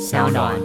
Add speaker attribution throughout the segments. Speaker 1: 小暖。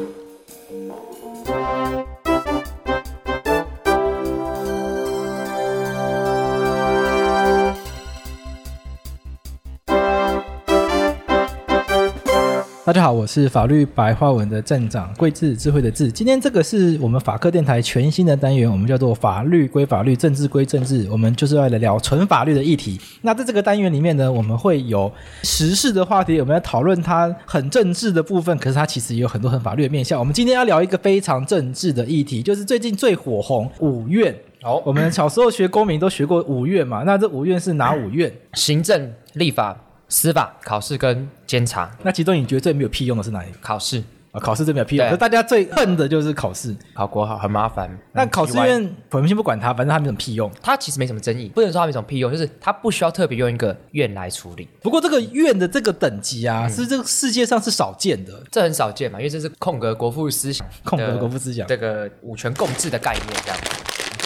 Speaker 2: 大家好，我是法律白话文的站长桂智，智慧的智。今天这个是我们法科电台全新的单元，我们叫做法律归法律，政治归政治，我们就是要来聊纯法律的议题。那在这个单元里面呢，我们会有时事的话题，我们来讨论它很政治的部分，可是它其实也有很多很法律的面向。我们今天要聊一个非常政治的议题，就是最近最火红五院。
Speaker 3: 好
Speaker 2: 我们小时候学公民都学过五院嘛，那这五院是哪五院？
Speaker 3: 行政、立法、司法、考试跟监察
Speaker 2: 那其中你觉得最没有屁用的是哪一个？
Speaker 3: 考试，
Speaker 2: 啊，考试最没有屁用，
Speaker 3: 对
Speaker 2: 可是大家最恨的就是考试。
Speaker 3: 考国考很麻烦。
Speaker 2: 那
Speaker 3: 嗯
Speaker 2: 考试
Speaker 3: TY
Speaker 2: 院，我们先不管它，反正它没什么屁用。
Speaker 3: 它其实没什么争议，不能说它没什么屁用，就是它不需要特别用一个院来处理，
Speaker 2: 不过这个院的这个等级
Speaker 3: 嗯
Speaker 2: 啊，是这个世界上是少见的。
Speaker 3: 这很少见嘛，因为这是空格国父啊思想的，
Speaker 2: 空格国父思想
Speaker 3: 这个五权共治的概念这样，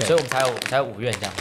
Speaker 3: 所以我们才有才有五院这样。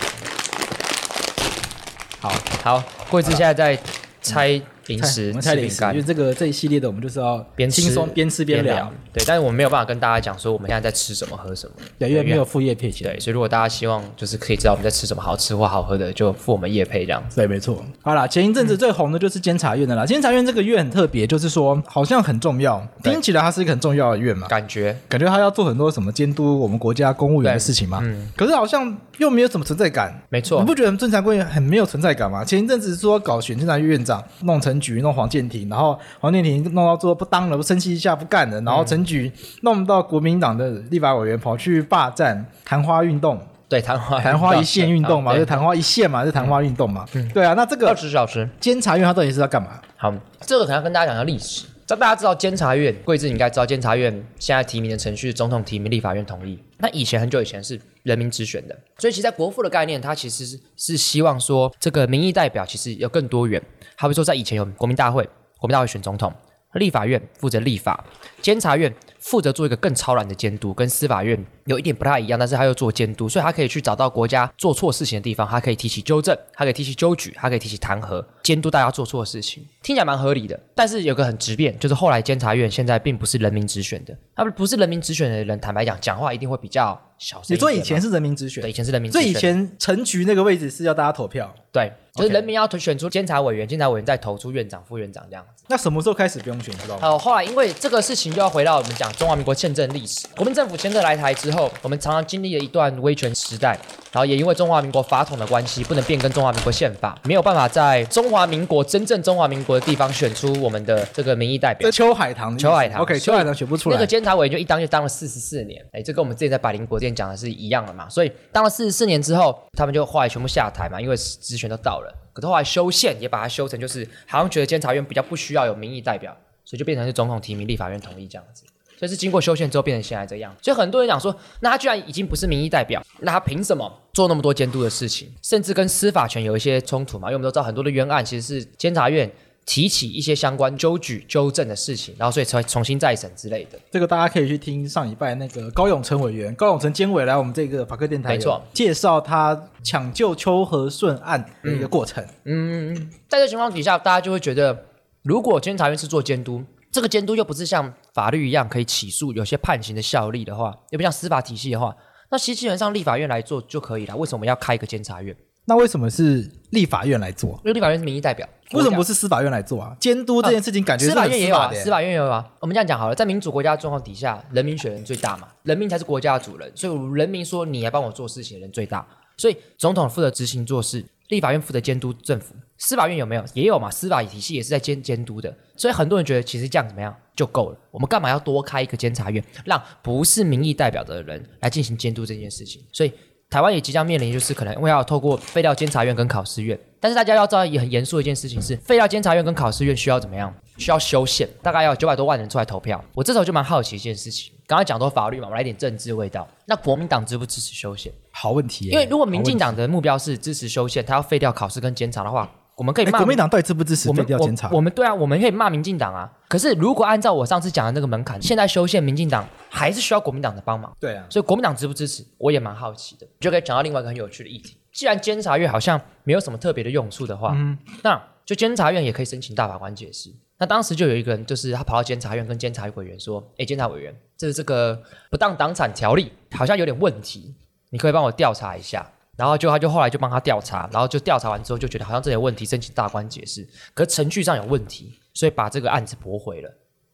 Speaker 3: 好好，桂枝现在在拆零食
Speaker 2: 我，们
Speaker 3: 吃
Speaker 2: 猜零
Speaker 3: 饼
Speaker 2: 食，因
Speaker 3: 干
Speaker 2: 为。这个这一系列的，我们就是要
Speaker 3: 边吃
Speaker 2: 轻松边吃边聊
Speaker 3: 聊，，对，但是我们没有办法跟大家讲说我们现在在吃什么喝什么，
Speaker 2: 对，因为没有副业配钱。
Speaker 3: 对，所以如果大家希望就是可以知道我们在吃什么好吃或好喝的，就付我们夜配这样子。
Speaker 2: 对，没错。好啦，前一阵
Speaker 3: 嗯
Speaker 2: 子最红的就是监察院的啦。监察院这个院很特别，就是说好像很重要，
Speaker 3: 对
Speaker 2: 听起来它是一个很重要的院嘛，
Speaker 3: 感觉
Speaker 2: 感觉它要做很多什么监督我们国家公务员的
Speaker 3: 对
Speaker 2: 事情嘛。
Speaker 3: 嗯
Speaker 2: 可是好像又没有什么存在感，
Speaker 3: 没错
Speaker 2: 你不，觉得正常官员很没有存在感吗？前一阵子说搞选正常院长，弄陈菊，弄黄建庭，然后黄建庭弄到最后不当了，不生气一下不干了，然后陈菊弄到国民党的立法委员跑去霸占昙花运动，
Speaker 3: 对，昙花
Speaker 2: 昙花一现运动嘛，就
Speaker 3: 对，
Speaker 2: 昙花一现嘛，就昙花运动嘛，
Speaker 3: 嗯
Speaker 2: 对啊，那这
Speaker 3: 二
Speaker 2: 个
Speaker 3: 十小时。
Speaker 2: 监察院他到底是要干嘛？
Speaker 3: 好，这个可能要跟大家讲一下历史。让大家知道监察院，桂枝你应该知道，监察院现在提名的程序，总统提名，立法院同意。那以前很久以前是人民直选的，所以其实在国父的概念，它其实是是希望说，这个民意代表其实有更多元。好比说，在以前有国民大会，国民大会选总统，立法院负责立法，监察院负责做一个更超然的监督，跟司法院有一点不太一样，但是他又做监督，所以他可以去找到国家做错事情的地方，他可以提起纠正，他可以提起纠举，他可以提起弹劾，监督大家做错的事情，听起来蛮合理的。但是有个很直变，就是后来监察院现在并不是人民直选的，他们不是人民直选的人，坦白讲，讲话一定会比较小声
Speaker 2: 你
Speaker 3: 一点嘛。
Speaker 2: 说以前是人民直
Speaker 3: 对，
Speaker 2: 选，
Speaker 3: 以前是人民直
Speaker 2: 所
Speaker 3: 选
Speaker 2: 以以
Speaker 3: 的，
Speaker 2: 前陈菊那个位置是要大家投票，
Speaker 3: 对，就是
Speaker 2: OK
Speaker 3: 人民要选出监察委员，监察委员再投出院长、副院长这样子。
Speaker 2: 那什么时候开始不用选，知道吗？
Speaker 3: 好，后来因为这个事情，又要回到我们讲中华民国宪政历史。国民政府迁政来台之后，我们常常经历了一段威权时代，然后也因为中华民国法统的关系，不能变更中华民国宪法，没有办法在中华民国真正中华民国的地方选出我们的这个民意代表
Speaker 2: 这。秋海棠的意思，
Speaker 3: 秋海棠
Speaker 2: ，OK，
Speaker 3: 所
Speaker 2: 秋
Speaker 3: 以
Speaker 2: 海棠选不出
Speaker 3: 那个
Speaker 2: 来，
Speaker 3: 监察委员就一当就当了四十四年，哎，这跟我们之前在百灵果店讲的是一样的嘛。所以当了四十四年之后，他们就后来全部下台嘛，因为职权都到了。可是后来修宪也把它修成，就是好像觉得监察院比较不需要有民意代表，所以就变成是总统提名、立法院同意这样子。所以是经过修宪之后变成现在这样。所以很多人讲说，那他居然已经不是民意代表，那他凭什么做那么多监督的事情，甚至跟司法权有一些冲突嘛？因为我们都知道很多的冤案其实是监察院。提起一些相关纠举、纠正的事情，然后所以才重新再审之类的。
Speaker 2: 这个大家可以去听上礼拜那个高永成委员、高永成监委来我们这个法科电台，
Speaker 3: 没错，
Speaker 2: 介绍他抢救邱和顺案的一个过程。
Speaker 3: 嗯，在这情况底下，大家就会觉得，如果监察院是做监督，这个监督又不是像法律一样可以起诉，有些判刑的效力的话，又不像司法体系的话，那其实基本上立法院来做就可以了。为什么我们要开一个监察院？
Speaker 2: 那为什么是立法院来做？
Speaker 3: 因为立法院是民意代表，
Speaker 2: 为什么不
Speaker 3: 是？
Speaker 2: 是司法院来做啊？监督这件事情感觉
Speaker 3: 司
Speaker 2: 是
Speaker 3: 法
Speaker 2: 很
Speaker 3: 院也
Speaker 2: 司
Speaker 3: 有
Speaker 2: 法
Speaker 3: 啊，
Speaker 2: 的耶、
Speaker 3: 司法院也有啊。我们这样讲好了，在民主国家的状况底下，人民选人最大嘛，人民才是国家的主人，所以人民说你来帮我做事情的人最大，所以总统负责执行做事，立法院负责监督政府，司法院有没有？也有嘛，司法体系也是在监监督的，所以很多人觉得其实这样怎么样就够了，我们干嘛要多开一个监察院，让不是民意代表的人来进行监督这件事情？所以台湾也即将面临，就是可能会要透过废掉监察院跟考试院。但是大家要知道，也很严肃的一件事情是，废掉监察院跟考试院需要怎么样？需要修宪，大概要九百多万人出来投票。我这时候就蛮好奇一件事情，刚刚讲到法律嘛，我们来点政治味道。那国民党支不支持修宪？
Speaker 2: 好问题耶、
Speaker 3: 因为如果民进党的目标是支持修宪，他要废掉考试跟监察的话，我们可以
Speaker 2: 哎、
Speaker 3: 骂
Speaker 2: 国民党到底支不支持
Speaker 3: 我
Speaker 2: 废
Speaker 3: 们
Speaker 2: 掉监察
Speaker 3: 我？？我们对啊，我们可以骂民进党啊。可是如果按照我上次讲的那个门槛，现在修宪，民进党还是需要国民党的帮忙。
Speaker 2: 对啊，
Speaker 3: 所以国民党支不支持，我也蛮好奇的。就可以讲到另外一个很有趣的议题，既然监察院好像没有什么特别的用处的话，那就监察院也可以申请大法官解释。那当时就有一个人，就是他跑到监察院跟监察委员说：“哎，监察委员，这是这个不当党产条例好像有点问题，你可不可以帮我调查一下。”然后就他就后来就帮他调查，然后就调查完之后就觉得好像这有问题，申请大官解释，可是程序上有问题，所以把这个案子驳回了。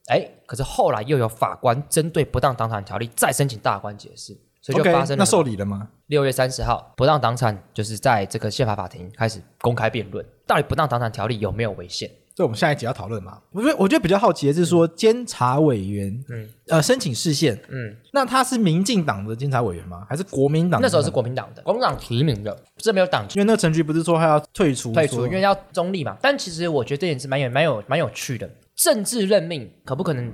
Speaker 3: 哎，可是后来又有法官针对不当党产条例再申请大官解释，所以就
Speaker 1: OK，
Speaker 3: 发生了
Speaker 1: 那受理了吗？
Speaker 3: 六月三十号，不当党产就是在这个宪法法庭开始公开辩论，到底不当党产条例有没有违宪？
Speaker 1: 这我们下一集要讨论嘛？
Speaker 2: 我觉得我觉得比较好奇的是说，监察委员，
Speaker 3: 嗯
Speaker 2: 呃，申请视线，
Speaker 3: 嗯，
Speaker 2: 那他是民进党的监察委员吗？还是国民党的
Speaker 3: 那
Speaker 2: 监
Speaker 3: 时
Speaker 2: 察委员？
Speaker 3: 候是国民党的，国民党提名的，这没有党籍
Speaker 2: 因为那个程序不是说他要退出
Speaker 3: 退出，
Speaker 2: 说
Speaker 3: 因为要中立嘛。但其实我觉得这点是蛮有、蛮有、蛮有趣的。政治任命可不可能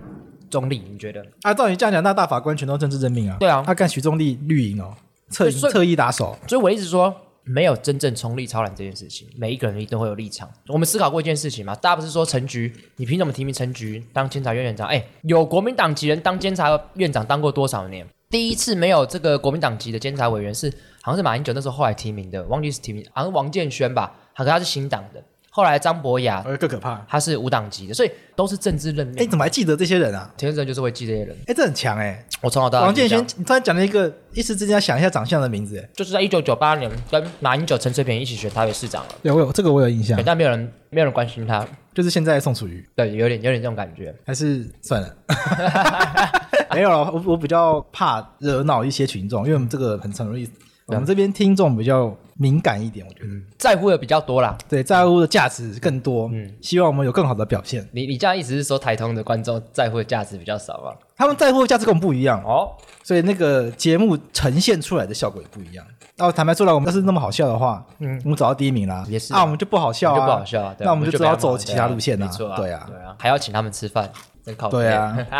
Speaker 3: 中立？你觉得？
Speaker 2: 啊，照你这样讲，那大法官全都政治任命啊。
Speaker 3: 对啊
Speaker 2: 他干徐宗立绿营哦，侧
Speaker 3: 对所以
Speaker 2: 侧翼打手。
Speaker 3: 所以我一直说，没有真正中立超然这件事情，每一个人一定会有立场。我们思考过一件事情嘛？大家不是说陈菊，你凭什么提名陈菊当监察院院长？哎，有国民党籍人当监察院长当过多少年？第一次没有这个国民党籍的监察委员是，好像是马英九那时候后来提名的，忘记是提名，好像是王建轩吧，好像他是新党的。后来张博雅
Speaker 2: 呃，更可怕。
Speaker 3: 他是无党籍的，所以都是政治任
Speaker 2: 哎，
Speaker 3: 命。
Speaker 2: 怎么还记得这些人啊？
Speaker 3: 田先生就是会记这些人。
Speaker 2: 哎，这很强哎。
Speaker 3: 我从小到大
Speaker 2: 王建
Speaker 3: 就是这样
Speaker 2: 轩，你突然讲了一个，一时之间要想一下长相的名字。哎，
Speaker 3: 就是在一九九八年跟马英九、陈水扁一起选台北市长了，
Speaker 2: 对我有这个我有印象
Speaker 3: 对，但没有人没有人关心他，
Speaker 2: 就是现在的宋楚瑜
Speaker 3: 对，有点有点这种感觉。
Speaker 2: 还是算 了，没有啊了。我我比较怕惹恼一些群众，因为我们这个很常容易，
Speaker 3: 啊
Speaker 2: 我们这边听众比较敏感一点，我觉得。
Speaker 3: 在乎的比较多啦。
Speaker 2: 对，在乎的价值更多。嗯
Speaker 3: 嗯，
Speaker 2: 希望我们有更好的表现。
Speaker 3: 你你这样意思是说台通的观众在乎的价值比较少吗？
Speaker 2: 他们在乎的价值跟我们不一样。
Speaker 3: 哦，
Speaker 2: 所以那个节目呈现出来的效果也不一样。哦，坦白说来，我们要是那么好笑的话，嗯，我们找到第一名啦，
Speaker 3: 也是
Speaker 2: 啊，我们就不好笑
Speaker 3: 就
Speaker 2: 啊，
Speaker 3: 不好笑啊。对
Speaker 2: 那我们就
Speaker 3: 就
Speaker 2: 只好走其他路线
Speaker 3: 了，
Speaker 2: 啦
Speaker 3: 没错，
Speaker 2: 对
Speaker 3: 啊
Speaker 2: 啊，，
Speaker 3: 对啊，还要请他们吃饭，真靠背
Speaker 2: 对啊。。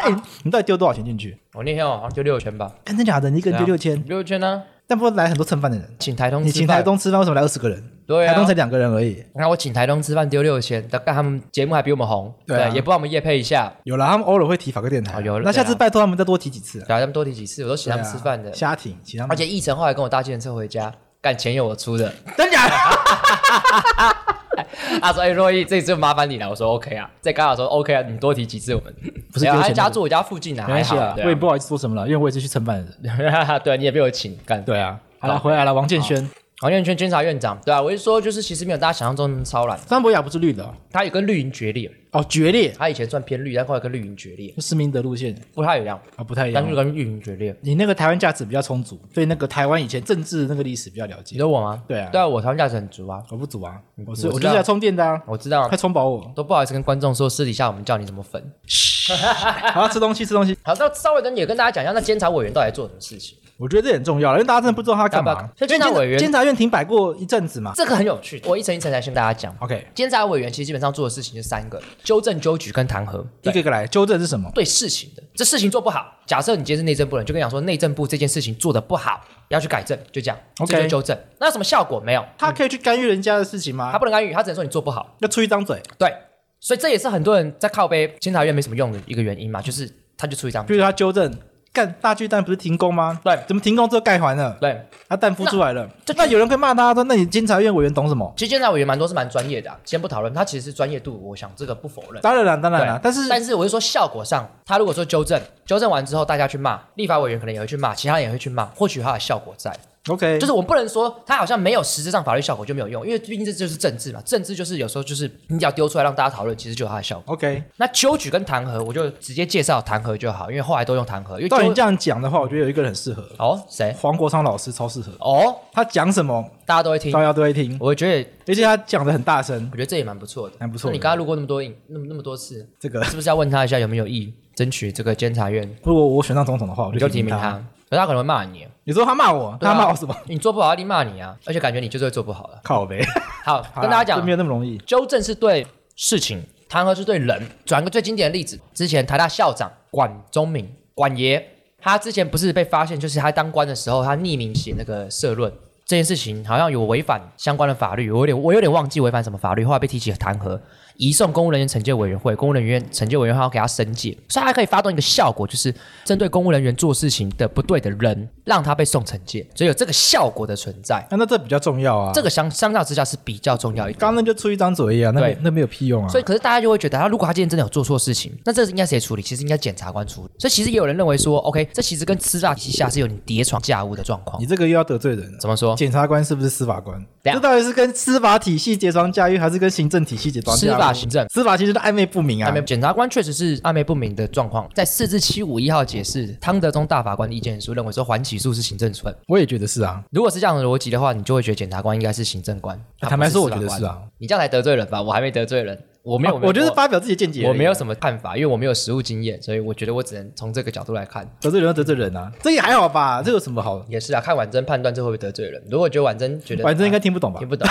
Speaker 2: 哎你到底丢多少钱进去？
Speaker 3: 我那天哦好像就六千吧，
Speaker 2: 哎真假的？你一个人丢六千，
Speaker 3: 六千呢？
Speaker 2: 但不过来很多蹭饭的人。
Speaker 3: 请台通，
Speaker 2: 你请台，东吃饭，为什么来二十个人？
Speaker 3: 对啊
Speaker 2: 台东才两个人而已。
Speaker 3: 你看我请台通吃饭丢六千，但他们节目还比我们红，
Speaker 2: 对啊
Speaker 3: 也不帮我们夜配一下，
Speaker 2: 有了，他们偶尔会提法科电台啊。
Speaker 3: 哦有了
Speaker 2: 那下次
Speaker 3: 对啊
Speaker 2: 拜托他们再多提几次啊。
Speaker 3: 对啊，他们多提几次，我都请他们吃饭的
Speaker 2: 对啊。瞎挺，请他们。
Speaker 3: 而且奕晨后来跟我搭计程车回家，干钱有我出的。
Speaker 2: 真假的？
Speaker 3: 他说：“哎、若毅，这次就麻烦你了。”我说：“OK 啊。”在刚好说：“OK 啊，你多提几次我们。”
Speaker 2: 不是
Speaker 3: 然后他
Speaker 2: 丢钱那
Speaker 3: 家
Speaker 2: 个
Speaker 3: 住我家附近啊，
Speaker 2: 没
Speaker 3: 还
Speaker 2: 关系
Speaker 3: 好
Speaker 2: 啊，
Speaker 3: 对
Speaker 2: 我也不好意思说什么了，因为我也是去蹭饭的 人。
Speaker 3: 啊对，你也被我请干。
Speaker 2: 对啊，好了，回来了，王建轩，
Speaker 3: 黄建圈监察院长，对啊，我就说，就是其实没有大家想象中那么超然，
Speaker 2: 张博雅不是绿的哦
Speaker 3: 他也跟绿营决裂。
Speaker 2: 哦，决裂。
Speaker 3: 他以前算偏绿，但后来跟绿营决裂，
Speaker 2: 是明德路线
Speaker 3: 不太一样，
Speaker 2: 啊，不太一
Speaker 3: 但是
Speaker 2: 样。
Speaker 3: 跟绿营决裂。
Speaker 2: 你那个台湾价值比较充足，对那个台湾以前政治那个历史比较了
Speaker 3: 你
Speaker 2: 解。
Speaker 3: 说我吗？
Speaker 2: 对啊
Speaker 3: 对啊，我台湾价值很足啊，
Speaker 2: 我不足啊，我
Speaker 3: 我知
Speaker 2: 是
Speaker 3: 道
Speaker 2: 我就是来充电的啊，
Speaker 3: 我知道啊
Speaker 2: 快，充饱我。
Speaker 3: 都不好意思跟观众说，私底下我们叫你怎么粉。
Speaker 2: 好，吃东西吃东西，
Speaker 3: 好，那稍微等也跟大家讲一下，那监察委员到底在做什么事情。
Speaker 2: 我觉得这很重要，因为大家真的不知道他干
Speaker 3: 干
Speaker 2: 嘛
Speaker 3: 嘛。所以监察
Speaker 2: 因为
Speaker 3: 委员
Speaker 2: 监察院停摆过一阵子嘛。
Speaker 3: 这个很有趣，我一层一层来跟大家讲。
Speaker 2: OK，
Speaker 3: 监察委员其实基本上做的事情就三个：纠正、纠举跟弹劾。
Speaker 2: 一
Speaker 3: 对
Speaker 2: 个一个来，纠正是什么？
Speaker 3: 对事情的，这事情做不好，假设你今天是内政部人，就跟你讲说内政部这件事情做的不好，要去改正，就这样
Speaker 2: OK
Speaker 3: 这就纠正。那有什么效果没有？
Speaker 2: 他可以去干预人家的事情
Speaker 3: 他
Speaker 2: 吗？
Speaker 3: 不能干预，他只能说你做不好。
Speaker 2: 要出一张嘴，
Speaker 3: 对，所以这也是很多人在靠背监察院没什么用的一个原因嘛，就是他就出一张
Speaker 2: 比如他纠正，干大巨蛋不是停工吗？
Speaker 3: 对
Speaker 2: 怎么停工之后盖还了？
Speaker 3: 对，
Speaker 2: 他蛋孵出来了
Speaker 3: 那这，就
Speaker 2: 那有人会骂他说：“那你监察院委员懂什么
Speaker 3: 其实监察委员蛮多是蛮专业的、啊，先不讨论，他其实是专业度，我想这个不否？”认。
Speaker 2: 当然了，当然了，
Speaker 3: 对
Speaker 2: 啊但是
Speaker 3: 但是我是说效果上，他如果说纠正，纠正完之后大家去骂，立法委员可能也会去骂，其他人也会去骂，或许他的效果在。
Speaker 2: OK，
Speaker 3: 就是我不能说他好像没有实质上法律效果就没有用，因为毕竟这就是政治嘛，政治就是有时候就是你只要丢出来让大家讨论，其实就有它的效果。
Speaker 2: OK，
Speaker 3: 那纠举跟弹劾，我就直接介绍弹劾就好，因为后来都用弹劾，因为
Speaker 2: 照你
Speaker 3: 纠
Speaker 2: 这样讲的话，我觉得有一个人很适合，
Speaker 3: 哦谁
Speaker 2: 黄国昌老师超适合，
Speaker 3: 哦，
Speaker 2: 他讲什么
Speaker 3: 大家都会听
Speaker 2: 大，家都会听，
Speaker 3: 我觉得
Speaker 2: 而且他讲的很大声
Speaker 3: 我。觉得这也蛮不错的，
Speaker 2: 蛮不错
Speaker 3: 那
Speaker 2: 的
Speaker 3: 你刚刚录过那么多影，那么那么多次，
Speaker 2: 这个
Speaker 3: 是不是要问他一下有没有意争取这个监察院，
Speaker 2: 如果我选上总统的话，我
Speaker 3: 你
Speaker 2: 就
Speaker 3: 就提名
Speaker 2: 他。
Speaker 3: 他，可是他可能会骂你，
Speaker 2: 你说他骂我，
Speaker 3: 对啊
Speaker 2: 他骂我什么？
Speaker 3: 你做不好，他一定骂你啊，而且感觉你就是会做不好了。
Speaker 2: 靠呗，
Speaker 3: 好，
Speaker 2: 好啦
Speaker 3: 跟大家
Speaker 2: 这
Speaker 3: 讲
Speaker 2: 没，有那么容易。
Speaker 3: 纠正是对事情，弹劾是对人。转个最经典的例子，之前台大校长管中敏管爷，他之前不是被发现，就是他当官的时候，他匿名写那个社论。这件事情好像有违反相关的法律，我有点我有点忘记违反什么法律，后来被提起弹劾。移送公务人员惩戒委员会，公务人员惩戒委员会要给他申诫，所以他可以发动一个效果，就是针对公务人员做事情的不对的人，让他被送惩戒，所以有这个效果的存在，
Speaker 2: 啊，那这比较重要啊。
Speaker 3: 这
Speaker 2: 个
Speaker 3: 个相相较之下是比较重要一点。
Speaker 2: 刚刚那就出一张嘴啊，那没
Speaker 3: 对
Speaker 2: 那没有屁用啊。
Speaker 3: 所以，可是大家就会觉得，他如果他今天真的有做错事情，那这应该谁处理？其实应该检察官处理。所以，其实也有人认为说，OK，这其实跟司法体系下是有点叠床架屋的状况
Speaker 2: 你。这个又要得罪人了。
Speaker 3: 怎么说？
Speaker 2: 检察官是不是司法官？
Speaker 3: 等一下
Speaker 2: 这到底是跟司法体系结床驾驭，还是跟行政体系结床
Speaker 3: 司
Speaker 2: 驾驭？
Speaker 3: 法行政
Speaker 2: 司法其实都暧昧不明啊
Speaker 3: 暧。昧，检察官确实是暧昧不明的状况。在四至七五一号解释汤德宗大法官的意见书认为说，缓起诉是行政处分。
Speaker 2: 我也觉得是啊，
Speaker 3: 如果是这样的逻辑的话，你就会觉得检察官应该是行政官。
Speaker 2: 坦白说，我
Speaker 3: 他
Speaker 2: 觉
Speaker 3: 不
Speaker 2: 得
Speaker 3: 司
Speaker 2: 是
Speaker 3: 法官，
Speaker 2: 啊。
Speaker 3: 你这样才得罪人吧？我还没得罪人，我没有，
Speaker 2: 啊我就是发表自己的见解而已啊，
Speaker 3: 我没有什么看法，因为我没有实务经验，所以我觉得我只能从这个角度来看。
Speaker 2: 得罪人就得罪人啊，这也还好吧，这有什么好？
Speaker 3: 也是啊，看婉珍判断这会不会得罪人。如果觉得婉珍觉得
Speaker 2: 反正应该
Speaker 3: 啊
Speaker 2: 听不懂吧
Speaker 3: 听？不懂，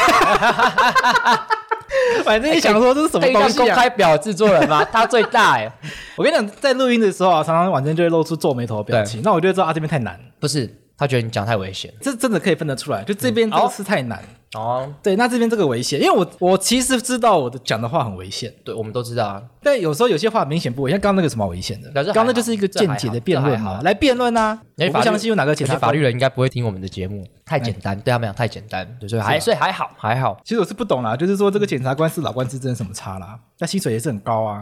Speaker 2: 反正你想说这是什
Speaker 3: 可
Speaker 2: 么
Speaker 3: 以当
Speaker 2: 东
Speaker 3: 公
Speaker 2: 西 啊？
Speaker 3: 开表制作人吗？他最大哎、
Speaker 2: 我跟你讲，在录音的时候啊，常常婉珍就会露出皱眉头的表情，那我就会知道啊，这边太难，
Speaker 3: 不是他觉得你讲太危险
Speaker 2: 这真的可以分得出来，就这边这个是太难，
Speaker 3: 哦。
Speaker 2: 对，那这边这个危险，因为我我其实知道我的讲的话很危险，
Speaker 3: 对，我们都知道啊，
Speaker 2: 但有时候有些话明显不危险，像刚刚那个什么好危险的，
Speaker 3: 可是还好
Speaker 2: 刚刚那就是一个间接的辩论
Speaker 3: 这还
Speaker 2: 嘛
Speaker 3: 好，
Speaker 2: 来辩论啊，
Speaker 3: 因
Speaker 2: 我
Speaker 3: 为法
Speaker 2: 不
Speaker 3: 律
Speaker 2: 相信有哪个
Speaker 3: 而
Speaker 2: 检
Speaker 3: 且哎
Speaker 2: 察
Speaker 3: 法
Speaker 2: 官
Speaker 3: 律。人应该不会听我们的节目，太简单，对他们讲太简单，对所以还所以还好还好。
Speaker 2: 其实我是不懂啦，就是说这个检察官是老官之争什么差啦？那薪水也是很高啊，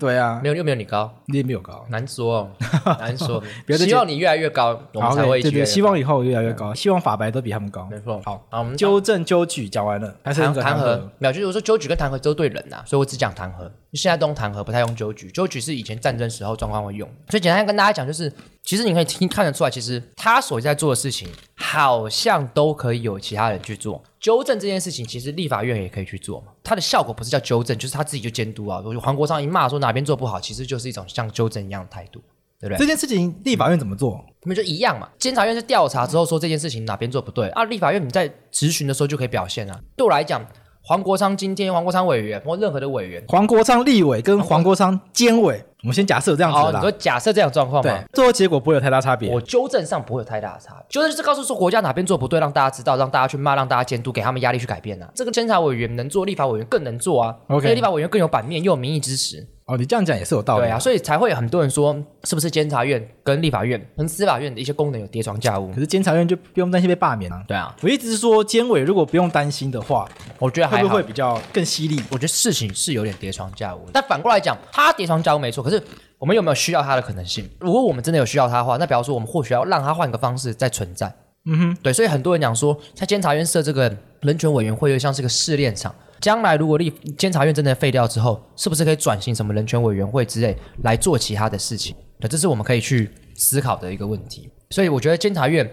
Speaker 2: 对啊，
Speaker 3: 没有又没有你高，
Speaker 2: 你也没有高。
Speaker 3: 难说哦，难 说
Speaker 2: 不要。再
Speaker 3: 希望你越来越高，我们
Speaker 2: 好
Speaker 3: 才会一
Speaker 2: 对
Speaker 3: 起越
Speaker 2: 对，
Speaker 3: 来
Speaker 2: 希
Speaker 3: 越高。
Speaker 2: 望以后越来越高，希望法白都比他们高。
Speaker 3: 没错。
Speaker 2: 好，
Speaker 3: 好，我们
Speaker 2: 纠正纠举讲完了，还是
Speaker 3: 弹
Speaker 2: 那个
Speaker 3: 弹
Speaker 2: 弹
Speaker 3: 劾，没有，就是我说纠举跟弹劾都对人呐、所以我只讲弹劾。现在都用弹劾，不太用纠举。纠举是以前战争时候状况会用。所以简单跟大家讲，就是其实你可以听看得出来，其实他所在做的事情好像都可以有其他人去做。纠正这件事情，其实立法院也可以去做嘛。它的效果不是叫纠正，就是他自己就监督啊。我觉得黄国昌一骂说哪边做不好，其实就是一种像纠正一样的态度，对不对？
Speaker 2: 这件事情，立法院怎么做？
Speaker 3: 你们就一样嘛。监察院是调查之后说这件事情哪边做不对啊，立法院你在质询的时候就可以表现啊。对我来讲，黄国昌今天黄国昌委员或任何的委员，
Speaker 2: 黄国昌立委跟黄国昌监委，我们先假设有这样子
Speaker 3: 哦
Speaker 2: 的，
Speaker 3: 你
Speaker 2: 啦
Speaker 3: 说，假设这样的状况
Speaker 2: 对
Speaker 3: 嘛，，
Speaker 2: 最后结果不会有太大差别。
Speaker 3: 我纠正上不会有太大的差别，纠正就是告诉说国家哪边做不对，让大家知道，让大家去骂，让大家监督，给他们压力去改变啊。这个监察委员能做，立法委员更能做啊。
Speaker 2: OK
Speaker 3: 因为立法委员更有版面，又有民意支持，
Speaker 2: 哦，你这样讲也是有道理
Speaker 3: 对啊，。所以才会有很多人说，是不是监察院跟立法院跟司法院的一些功能有叠床架屋
Speaker 2: 可？是监察院就不用担心被罢免啊。
Speaker 3: 对啊，
Speaker 2: 我一直是说，监委如果不用担心的话，
Speaker 3: 我觉得还
Speaker 2: 会
Speaker 3: 好
Speaker 2: 不会比较更犀利？
Speaker 3: 我觉得事情是有点叠床架屋，但反过来讲，他叠床架屋没错，可是我们有没有需要他的可能性？如果我们真的有需要他的话，那比方说我们或许要让他换个方式再存在。嗯哼，对，所以很多人讲说，在监察院设这个人权委员会，就像是个试炼场。将来如果立监察院真的废掉之后，是不是可以转型什么人权委员会之类来做其他的事情？对，这是我们可以去思考的一个问题。所以我觉得监察院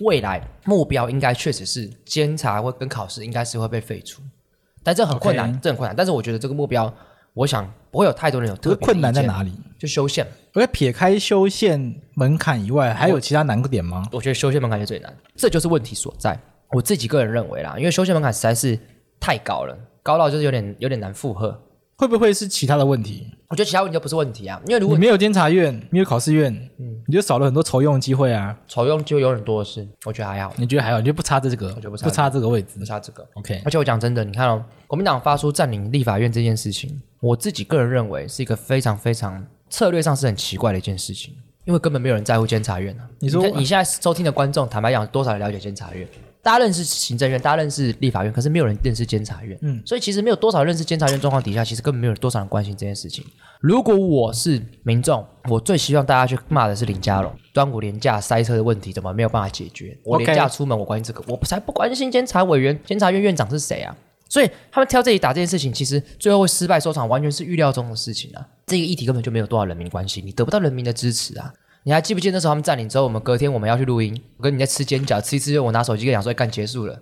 Speaker 3: 未来目标应该确实是监察会跟考试应该是会被废除，但这很困难
Speaker 2: OK
Speaker 3: 这很困难。但是我觉得这个目标，我想不会有太多人有
Speaker 2: 这
Speaker 3: 特
Speaker 2: 个
Speaker 3: 别的
Speaker 2: 困难在
Speaker 3: 意见？
Speaker 2: 哪里？
Speaker 3: 就修宪，
Speaker 2: 我觉得撇开修宪门槛以外，还有其他难点吗？
Speaker 3: 我觉得修宪门槛是最难，这就是问题所在。我自己个人认为啦，因为修宪门槛实在是太高了，高到就是有点有点难负荷。
Speaker 2: 会不会是其他的问题？
Speaker 3: 我觉得其他问题都不是问题啊，因为如
Speaker 2: 你
Speaker 3: 果嗯
Speaker 2: 没有监察院，没有考试院，你就少了很多酬用机会啊。
Speaker 3: 丑用就有很多的是，我觉得还好，
Speaker 2: 你觉得还好？你就不差这个，
Speaker 3: 觉得不差
Speaker 2: 不差这个位置
Speaker 3: 不。差这个。
Speaker 2: OK，
Speaker 3: 而且我讲真的，你看哦，国民党发出占领立法院这件事情，我自己个人认为是一个非常非常策略上是很奇怪的一件事情，因为根本没有人在乎监察院啊。
Speaker 2: 你说
Speaker 3: 看你现在收听的观众，坦白讲，多少人了解监察院？大家认识行政院，大家认识立法院，可是没有人认识监察院。
Speaker 2: 嗯
Speaker 3: 嗯，所以其实没有多少认识监察院状况底下，其实根本没有多少人关心这件事情。如果我是民众，我最希望大家去骂的是林佳龙，端午廉价塞车的问题怎么没有办法解决？我
Speaker 2: OK
Speaker 3: 廉价出门，我关心这个，我才不关心监察委员、 监察院院长是谁啊！所以他们挑这里打这件事情，其实最后会失败收场，完全是预料中的事情啊！这个议题根本就没有多少人民关心，你得不到人民的支持啊！你还记不记得那时候他们占领之后，我们隔天我们要去录音，我跟你在吃煎饺，吃一吃，我拿手机跟你讲说，哎干结束了，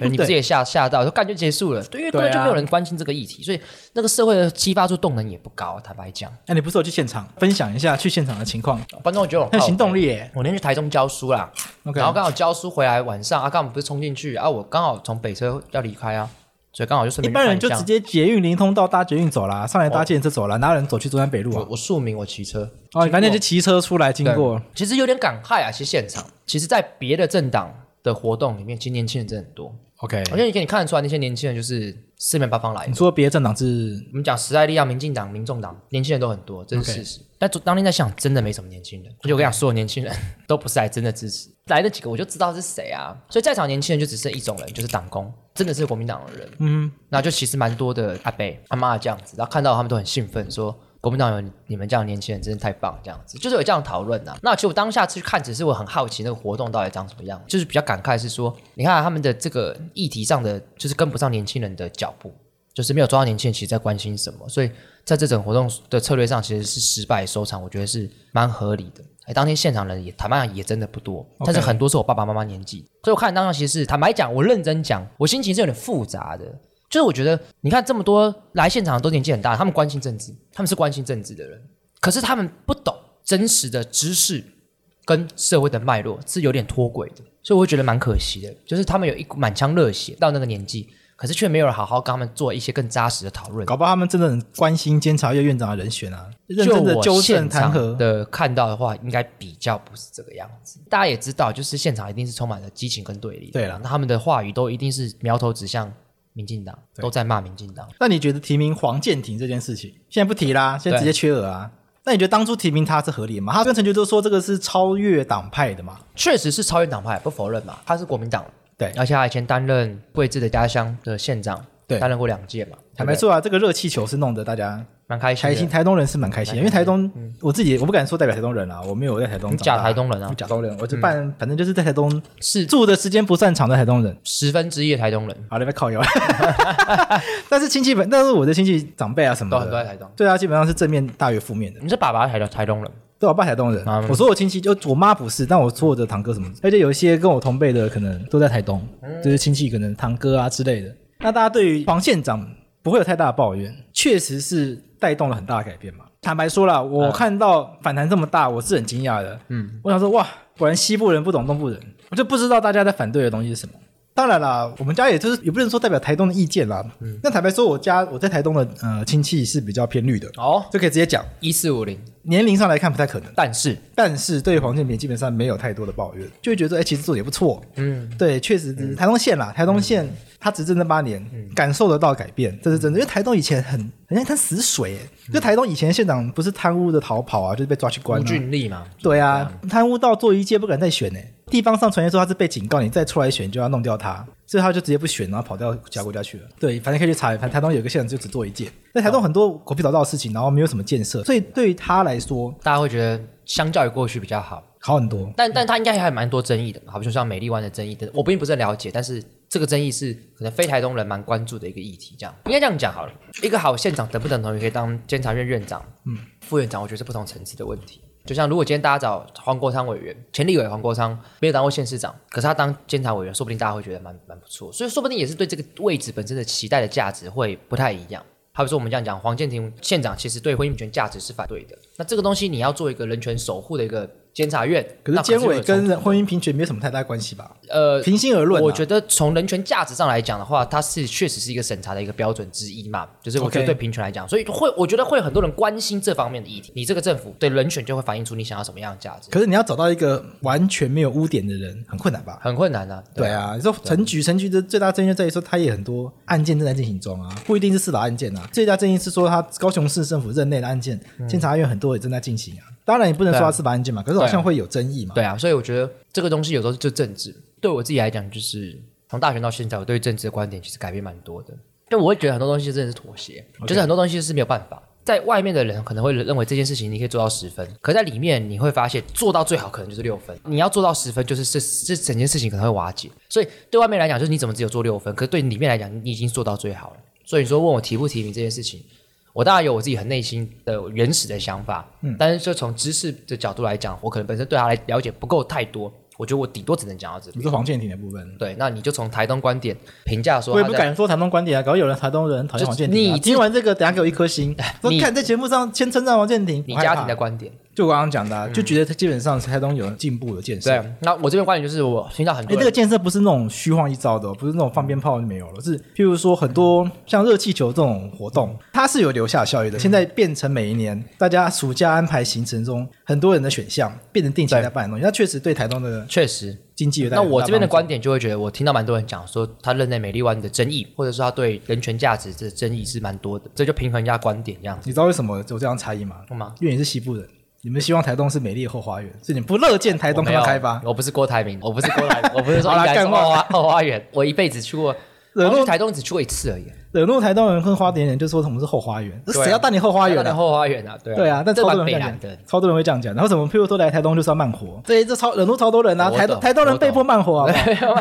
Speaker 3: 你自己也吓吓到，说干就结束了，对，因为啊根本就没有人关心这个议题，所以那个社会的激发出动能也不高，坦白讲，
Speaker 2: 那、你不是有去现场分享一下去现场的情况？
Speaker 3: 观众觉得我
Speaker 2: 很有行
Speaker 3: 靠北
Speaker 2: 动力耶。
Speaker 3: 我那天去台中教书啦
Speaker 2: OK
Speaker 3: 然后刚好教书回来晚上，啊，刚好不是冲进去啊，我刚好从北车要离开啊，所以刚好就顺
Speaker 2: 一
Speaker 3: 便
Speaker 2: 般人就
Speaker 3: 看一
Speaker 2: 直
Speaker 3: 下哦
Speaker 2: 接捷运灵通到搭捷运走啦，上来搭建车走啦，哪有人走去中山北路
Speaker 3: 我
Speaker 2: 啊？
Speaker 3: 我宿名我骑车
Speaker 2: 哦，你反正就骑车出来经
Speaker 3: 对
Speaker 2: 过，
Speaker 3: 其实有点感慨啊，其实现场，其实在别的政党的活动里面，其实年轻人真的很多。
Speaker 2: OK，
Speaker 3: 而且你可以看得出来，那些年轻人就是四面八方来的
Speaker 2: 你。说别的政党是
Speaker 3: 我们讲时代力量、民进党、民众党，年轻人都很多，这是事实。但当天在想，真的没什么年轻人。而且我跟你讲，所有年轻人 都不是来真的支持，来那几个我就知道是谁啊。所以在场年轻人就只剩一种人，就是党工，真的是国民党的人。嗯，那就其实蛮多的阿伯、阿妈这样子，然后看到他们都很兴奋，说。国民党有你们这样的年轻人真的太棒，这样子就是有这样的讨论呐。那其实我当下去看，只是我很好奇那个活动到底长什么样，就是比较感慨的是说，你看他们的这个议题上的就是跟不上年轻人的脚步，就是没有抓到年轻人其实在关心什么，所以在这种活动的策略上其实是失败收场，我觉得是蛮合理的。哎，当天现场人也坦白讲也真的不多，但是很多是我爸爸妈妈年纪，所以我看当下其实是坦白讲，我认真讲，我心情是有点复杂的。就是我觉得，你看这么多来现场都年纪很大，他们关心政治，他们是关心政治的人，可是他们不懂真实的知识跟社会的脉络是有点脱轨的，所以我会觉得蛮可惜的。就是他们有一股满腔热血到那个年纪，可是却没有人好好跟他们做一些更扎实的讨论。
Speaker 2: 搞不好他们真的很关心监察院院长的人选啊，认
Speaker 3: 就
Speaker 2: 真的
Speaker 3: 我
Speaker 2: 纠正
Speaker 3: 现
Speaker 2: 弹
Speaker 3: 场
Speaker 2: 劾。
Speaker 3: 的看到的话，应该比较不是这个样子。大家也知道，就是现场一定是充满了激情跟对立的。
Speaker 2: 对啦
Speaker 3: 那他们的话语都一定是苗头指向民进党，都在骂民进党。
Speaker 2: 那你觉得提名黄建庭这件事情，现在不提啦，现在直接缺额啊？那你觉得当初提名他是合理的吗？他跟陈觉都说这个是超越党派的嘛？
Speaker 3: 确实是超越党派，不否认嘛，他是国民党，
Speaker 2: 对
Speaker 3: 而且他以前担任桂枝的家乡的县长，
Speaker 2: 对
Speaker 3: 担任过两届嘛，
Speaker 2: 坦
Speaker 3: 对
Speaker 2: 白
Speaker 3: 不对
Speaker 2: 说啊，这个热气球是弄得大家
Speaker 3: 蛮开心
Speaker 2: 开
Speaker 3: 的。
Speaker 2: 心，台东人是蛮开心的，因为台东我自己我不敢说代表台东人啊，我没有在台东
Speaker 3: 嗯你
Speaker 2: 长
Speaker 3: 假
Speaker 2: 大，
Speaker 3: 台东人
Speaker 2: 我
Speaker 3: 啊，
Speaker 2: 假东人，我就办反正就是在台东
Speaker 3: 是
Speaker 2: 住的时间不算长的台东人。
Speaker 3: 十分之一的台东人，
Speaker 2: 好了，别靠 腰。但是亲戚本，但是我的亲戚长辈啊什么
Speaker 3: 都
Speaker 2: 的，
Speaker 3: 很多在台东。
Speaker 2: 对啊，基本上是正面大于负面的。
Speaker 3: 你是爸爸是台东台东人，
Speaker 2: 对我爸台东人，
Speaker 3: 啊
Speaker 2: 我说我亲戚就我妈不是，但我说我的堂哥什么，而且有一些跟我同辈的可能都在台东，就是亲戚可能堂哥啊之类的。那大家对于黄县长不会有太大的抱怨，确实是带动了很大的改变嘛。坦白说啦，我看到反弹这么大，我是很惊讶的。嗯，我想说哇，果然西部人不懂东部人，我就不知道大家在反对的东西是什么。当然啦，我们家也就是也不能说代表台东的意见啦。嗯，那坦白说，我家我在台东的呃亲戚是比较偏绿的，
Speaker 3: 哦，
Speaker 2: 就可以直接讲，
Speaker 3: 一四五零，
Speaker 2: 年龄上来看不太可能。
Speaker 3: 但是
Speaker 2: 但是对黄建平基本上没有太多的抱怨，就会觉得哎、其实做的也不错。
Speaker 3: 嗯，嗯
Speaker 2: 对，确实只是台东县啦，台东县他执政那八年，感受得到改变，这是真的。因为台东以前很很像一滩死水、哎
Speaker 3: 嗯
Speaker 2: 就台东以前县长不是贪污的逃跑啊，就是被抓去关、
Speaker 3: 吴
Speaker 2: 啊。
Speaker 3: 俊立嘛，
Speaker 2: 对啊，
Speaker 3: 嗯
Speaker 2: 贪污到做一届不敢再选呢、哎地方上传言说他是被警告，你再出来选就要弄掉他，所以他就直接不选，然后跑到其他国家去了。对，反正可以去查，反正台东有一个县长就只做一届，在台东
Speaker 3: 嗯
Speaker 2: 很多狗屁倒灶的事情，然后没有什么建设，所以对于他来说
Speaker 3: 大家会觉得相较于过去比较好，
Speaker 2: 好很多。
Speaker 3: 但但他应该还蛮多争议的嘛，好比说像美丽湾的争议等，我并不是很了解，但是这个争议是可能非台东人蛮关注的一个议题，这样应该这样讲好了。一个好县长等不等同于可以当监察院院长，嗯，副院长，我觉得是不同层次的问题。就像如果今天大家找黄国昌委员，前立委黄国昌没有当过县市长，可是他当监察委员，说不定大家会觉得蛮蛮不错，所以说不定也是对这个位置本身的期待的价值会不太一样。好比说我们这样讲，黄建庭县长其实对婚姻平权价值是反对的，那这个东西你要做一个人权守护的一个监察院，
Speaker 2: 可是
Speaker 3: 那
Speaker 2: 监
Speaker 3: 会
Speaker 2: 委
Speaker 3: 有冲
Speaker 2: 跟人婚姻平权没有什么太大关系吧？
Speaker 3: 呃，
Speaker 2: 平心而论、啊，
Speaker 3: 我觉得从人权价值上来讲的话，它是确实是一个审查的一个标准之一嘛，就是我觉
Speaker 2: OK
Speaker 3: 得对平权来讲，所以会我觉得会有很多人关心这方面的议题。你这个政府对人权就会反映出你想要什么样的价值，
Speaker 2: 可是你要找到一个完全没有污点的人，很困难吧？
Speaker 3: 很困难啊。
Speaker 2: 对啊，你说陈局，陈局的最大争议就在于说，他也很多案件正在进行中啊，不一定是司法案件啊。最大争议是说，他高雄市政府任内的案件，
Speaker 3: 嗯
Speaker 2: 监察院很多也正在进行啊。当然，也不能说他司法案件嘛，可是好像会有争议
Speaker 3: 啊
Speaker 2: 嘛。
Speaker 3: 对啊，所以我觉得这个东西有时候就政治，对我自己来讲，就是从大学到现在，我对政治的观点其实改变蛮多的。就我会觉得很多东西真的是妥协
Speaker 2: OK
Speaker 3: 就是很多东西是没有办法。在外面的人可能会认为这件事情你可以做到十分，可在里面你会发现做到最好可能就是六分。你要做到十分，就是这这整件事情可能会瓦解。所以对外面来讲，就是你怎么只有做六分，可是对里面来讲，你已经做到最好了。所以你说问我提不提名这件事情，我当然有我自己很内心的原始的想法，
Speaker 2: 嗯
Speaker 3: 但是就从知识的角度来讲，我可能本身对他来了解不够太多，我觉得我顶多只能讲到这里。
Speaker 2: 你说黄建庭的部分，
Speaker 3: 对，那你就从台东观点评价说，
Speaker 2: 我也不敢说台东观点啊，搞有人台东人很讨厌
Speaker 3: 就
Speaker 2: 黄建庭、啊。
Speaker 3: 你哎
Speaker 2: 听完这个，等下给我一颗星，说
Speaker 3: 你
Speaker 2: 看在节目上先称赞黄建庭，
Speaker 3: 你
Speaker 2: 我害怕
Speaker 3: 家庭的观点，
Speaker 2: 就我刚刚讲的、啊，就觉得它基本上台东有进步的建设。
Speaker 3: 嗯对，那我这边观点就是，我听到很
Speaker 2: 哎、
Speaker 3: 多
Speaker 2: 这个
Speaker 3: 人
Speaker 2: 建设不是那种虚晃一招的哦，不是那种放鞭炮就没有了，是譬如说很多像热气球这种活
Speaker 3: 嗯
Speaker 2: 动，它是有留下效益的。现在变成每一年大家暑假安排行程中很多人的选项，变成定期在办的东西，那确实对台东的
Speaker 3: 确实
Speaker 2: 经济有带
Speaker 3: 那
Speaker 2: 来很大
Speaker 3: 我这边的
Speaker 2: 帮助
Speaker 3: 观点就会觉得，我听到蛮多人讲说，他认内美丽湾的争议，或者说他对人权价值的争议是蛮多的，这就平衡一下观点这样子，
Speaker 2: 你知道为什么有这样差异吗？
Speaker 3: 好吗？
Speaker 2: 因为你是西部人，你们希望台东是美丽的后花园，所以你不乐见台东
Speaker 3: 我
Speaker 2: 开
Speaker 3: 没有
Speaker 2: 发开发，
Speaker 3: 我不是郭台铭，我不是郭 台铭，我不是说
Speaker 2: 好啦
Speaker 3: 应该是
Speaker 2: 干话
Speaker 3: 后花后花园，我一辈子去过，
Speaker 2: 惹
Speaker 3: 我
Speaker 2: 怒
Speaker 3: 去台东只去过一次而已。
Speaker 2: 惹怒台东人跟花莲人，就说我们是后花园，
Speaker 3: 啊
Speaker 2: 谁要当你后花园
Speaker 3: 台
Speaker 2: 啊？
Speaker 3: 东后花园啊，对啊，
Speaker 2: 对啊，但
Speaker 3: 这
Speaker 2: 超多
Speaker 3: 蛮
Speaker 2: 人
Speaker 3: 北
Speaker 2: 会这
Speaker 3: 南
Speaker 2: 样
Speaker 3: 的
Speaker 2: 讲，，超多人会这样讲。然后什么，譬如说来台东就是要慢活，这这超惹怒超多人啊！
Speaker 3: 我
Speaker 2: 台
Speaker 3: 懂
Speaker 2: 台东人
Speaker 3: 我懂
Speaker 2: 被迫慢活好不好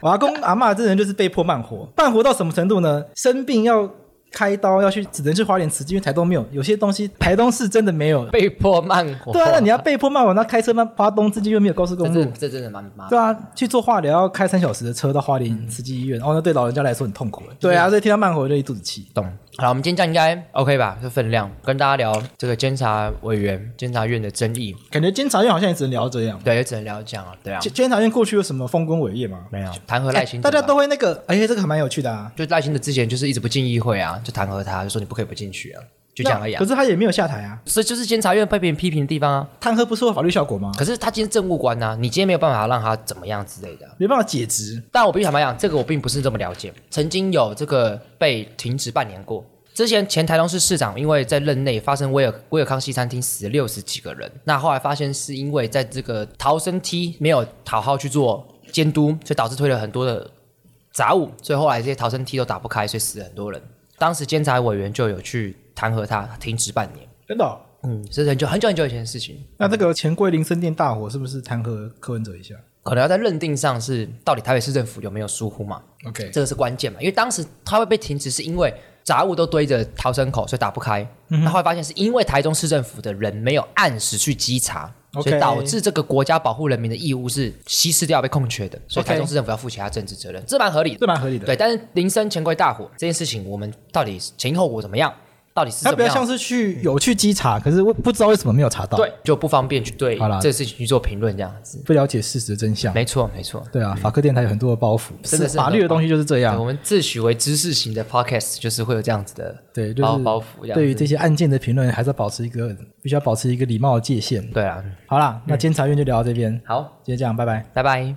Speaker 2: 我阿公阿嬷这人就是被迫慢活， 慢活到什么程度呢？生病要开刀要去，只能去花莲慈济，因为台东没有，有些东西台东是真的没有。
Speaker 3: 被迫慢活。
Speaker 2: 对啊，那你要被迫慢活，那开车慢，花东之间又没有高速
Speaker 3: 这
Speaker 2: 公路
Speaker 3: 真，这真的蛮麻烦。
Speaker 2: 对啊，去做化疗要开三小时的车到花莲慈济医院，哦，那对老人家来说很痛苦。对啊，所以听到慢活就一肚子气。
Speaker 3: 懂。好了，我们今天这样应该 OK 吧？这分量跟大家聊这个监察委员、监察院的争议，
Speaker 2: 感觉监察院好像也只能聊这样。
Speaker 3: 对，也只能聊这样了。对啊，
Speaker 2: 监监察院过去有什么丰功伟业吗？
Speaker 3: 没有弹劾赖清德
Speaker 2: 哎大
Speaker 3: 吧、
Speaker 2: 家都会那个，而且这个还蛮有趣的啊。
Speaker 3: 就赖清德之前就是一直不进议会啊，就弹劾他，就说你不可以不进去啊，就这样而已、啊
Speaker 2: 可。是他也没有下台啊，
Speaker 3: 这就是监察院被别人批评的地方啊。
Speaker 2: 弹劾不是有法律效果吗？
Speaker 3: 可是他今天政务官呐、你今天没有办法让他怎么样之类的啊。
Speaker 2: 没办法解职，
Speaker 3: 但我必须坦白讲，这个我并不是这么了解。曾经有这个被停职半年过。之前前台东市市长因为在任内发生威尔威尔康西餐厅死六十几个人，那后来发现是因为在这个逃生梯没有好好去做监督，所以导致推了很多的杂物，所以后来这些逃生梯都打不开，所以死了很多人。当时监察委员就有去弹劾他，停职半年。
Speaker 2: 真的哦、
Speaker 3: 嗯，这是很久很久很久以前的事情，
Speaker 2: 那这个钱柜林森店大火是不是弹劾柯文哲一下
Speaker 3: 可能要在认定上是到底台北市政府有没有疏忽嘛？
Speaker 2: ？OK，
Speaker 3: 这个是关键嘛，因为当时他会被停止，是因为杂物都堆着逃生口，所以打不开。
Speaker 2: 嗯
Speaker 3: 那、后来发现是因为台中市政府的人没有按时去稽查。所
Speaker 2: OK
Speaker 3: 以导致这个国家保护人民的义务是稀释掉、被空缺的，所以
Speaker 2: OK
Speaker 3: 台中市政府要负起他政治责任，这蛮合理的
Speaker 2: 这。蛮合理的。
Speaker 3: 对，但是林森钱柜大火这件事情，我们到底前因后果怎么样？到底是
Speaker 2: 他
Speaker 3: 怎
Speaker 2: 比
Speaker 3: 么
Speaker 2: 较
Speaker 3: 样
Speaker 2: 像？是去有去稽查，可是我不知道为什么没有查到，
Speaker 3: 对，，就不方便去对
Speaker 2: 好啦
Speaker 3: 这个事情去做评论，这样子。
Speaker 2: 不了解事实的真相。
Speaker 3: 没错，没错。
Speaker 2: 对啊，法科电台有很多的包袱，
Speaker 3: 真的是
Speaker 2: 法律的东西就是这
Speaker 3: 对
Speaker 2: 样
Speaker 3: 我。们自诩为知识型的 podcast，就是会有这样子的
Speaker 2: 对，就
Speaker 3: 包
Speaker 2: 是
Speaker 3: 包袱这样子。
Speaker 2: 对于这些案件的评论，还是要保持一个必须要保持一个礼貌的界限。
Speaker 3: 对啊，
Speaker 2: 好啦，那监察院就聊到这边，
Speaker 3: 好，
Speaker 2: 今天这样，拜拜。
Speaker 3: 拜拜。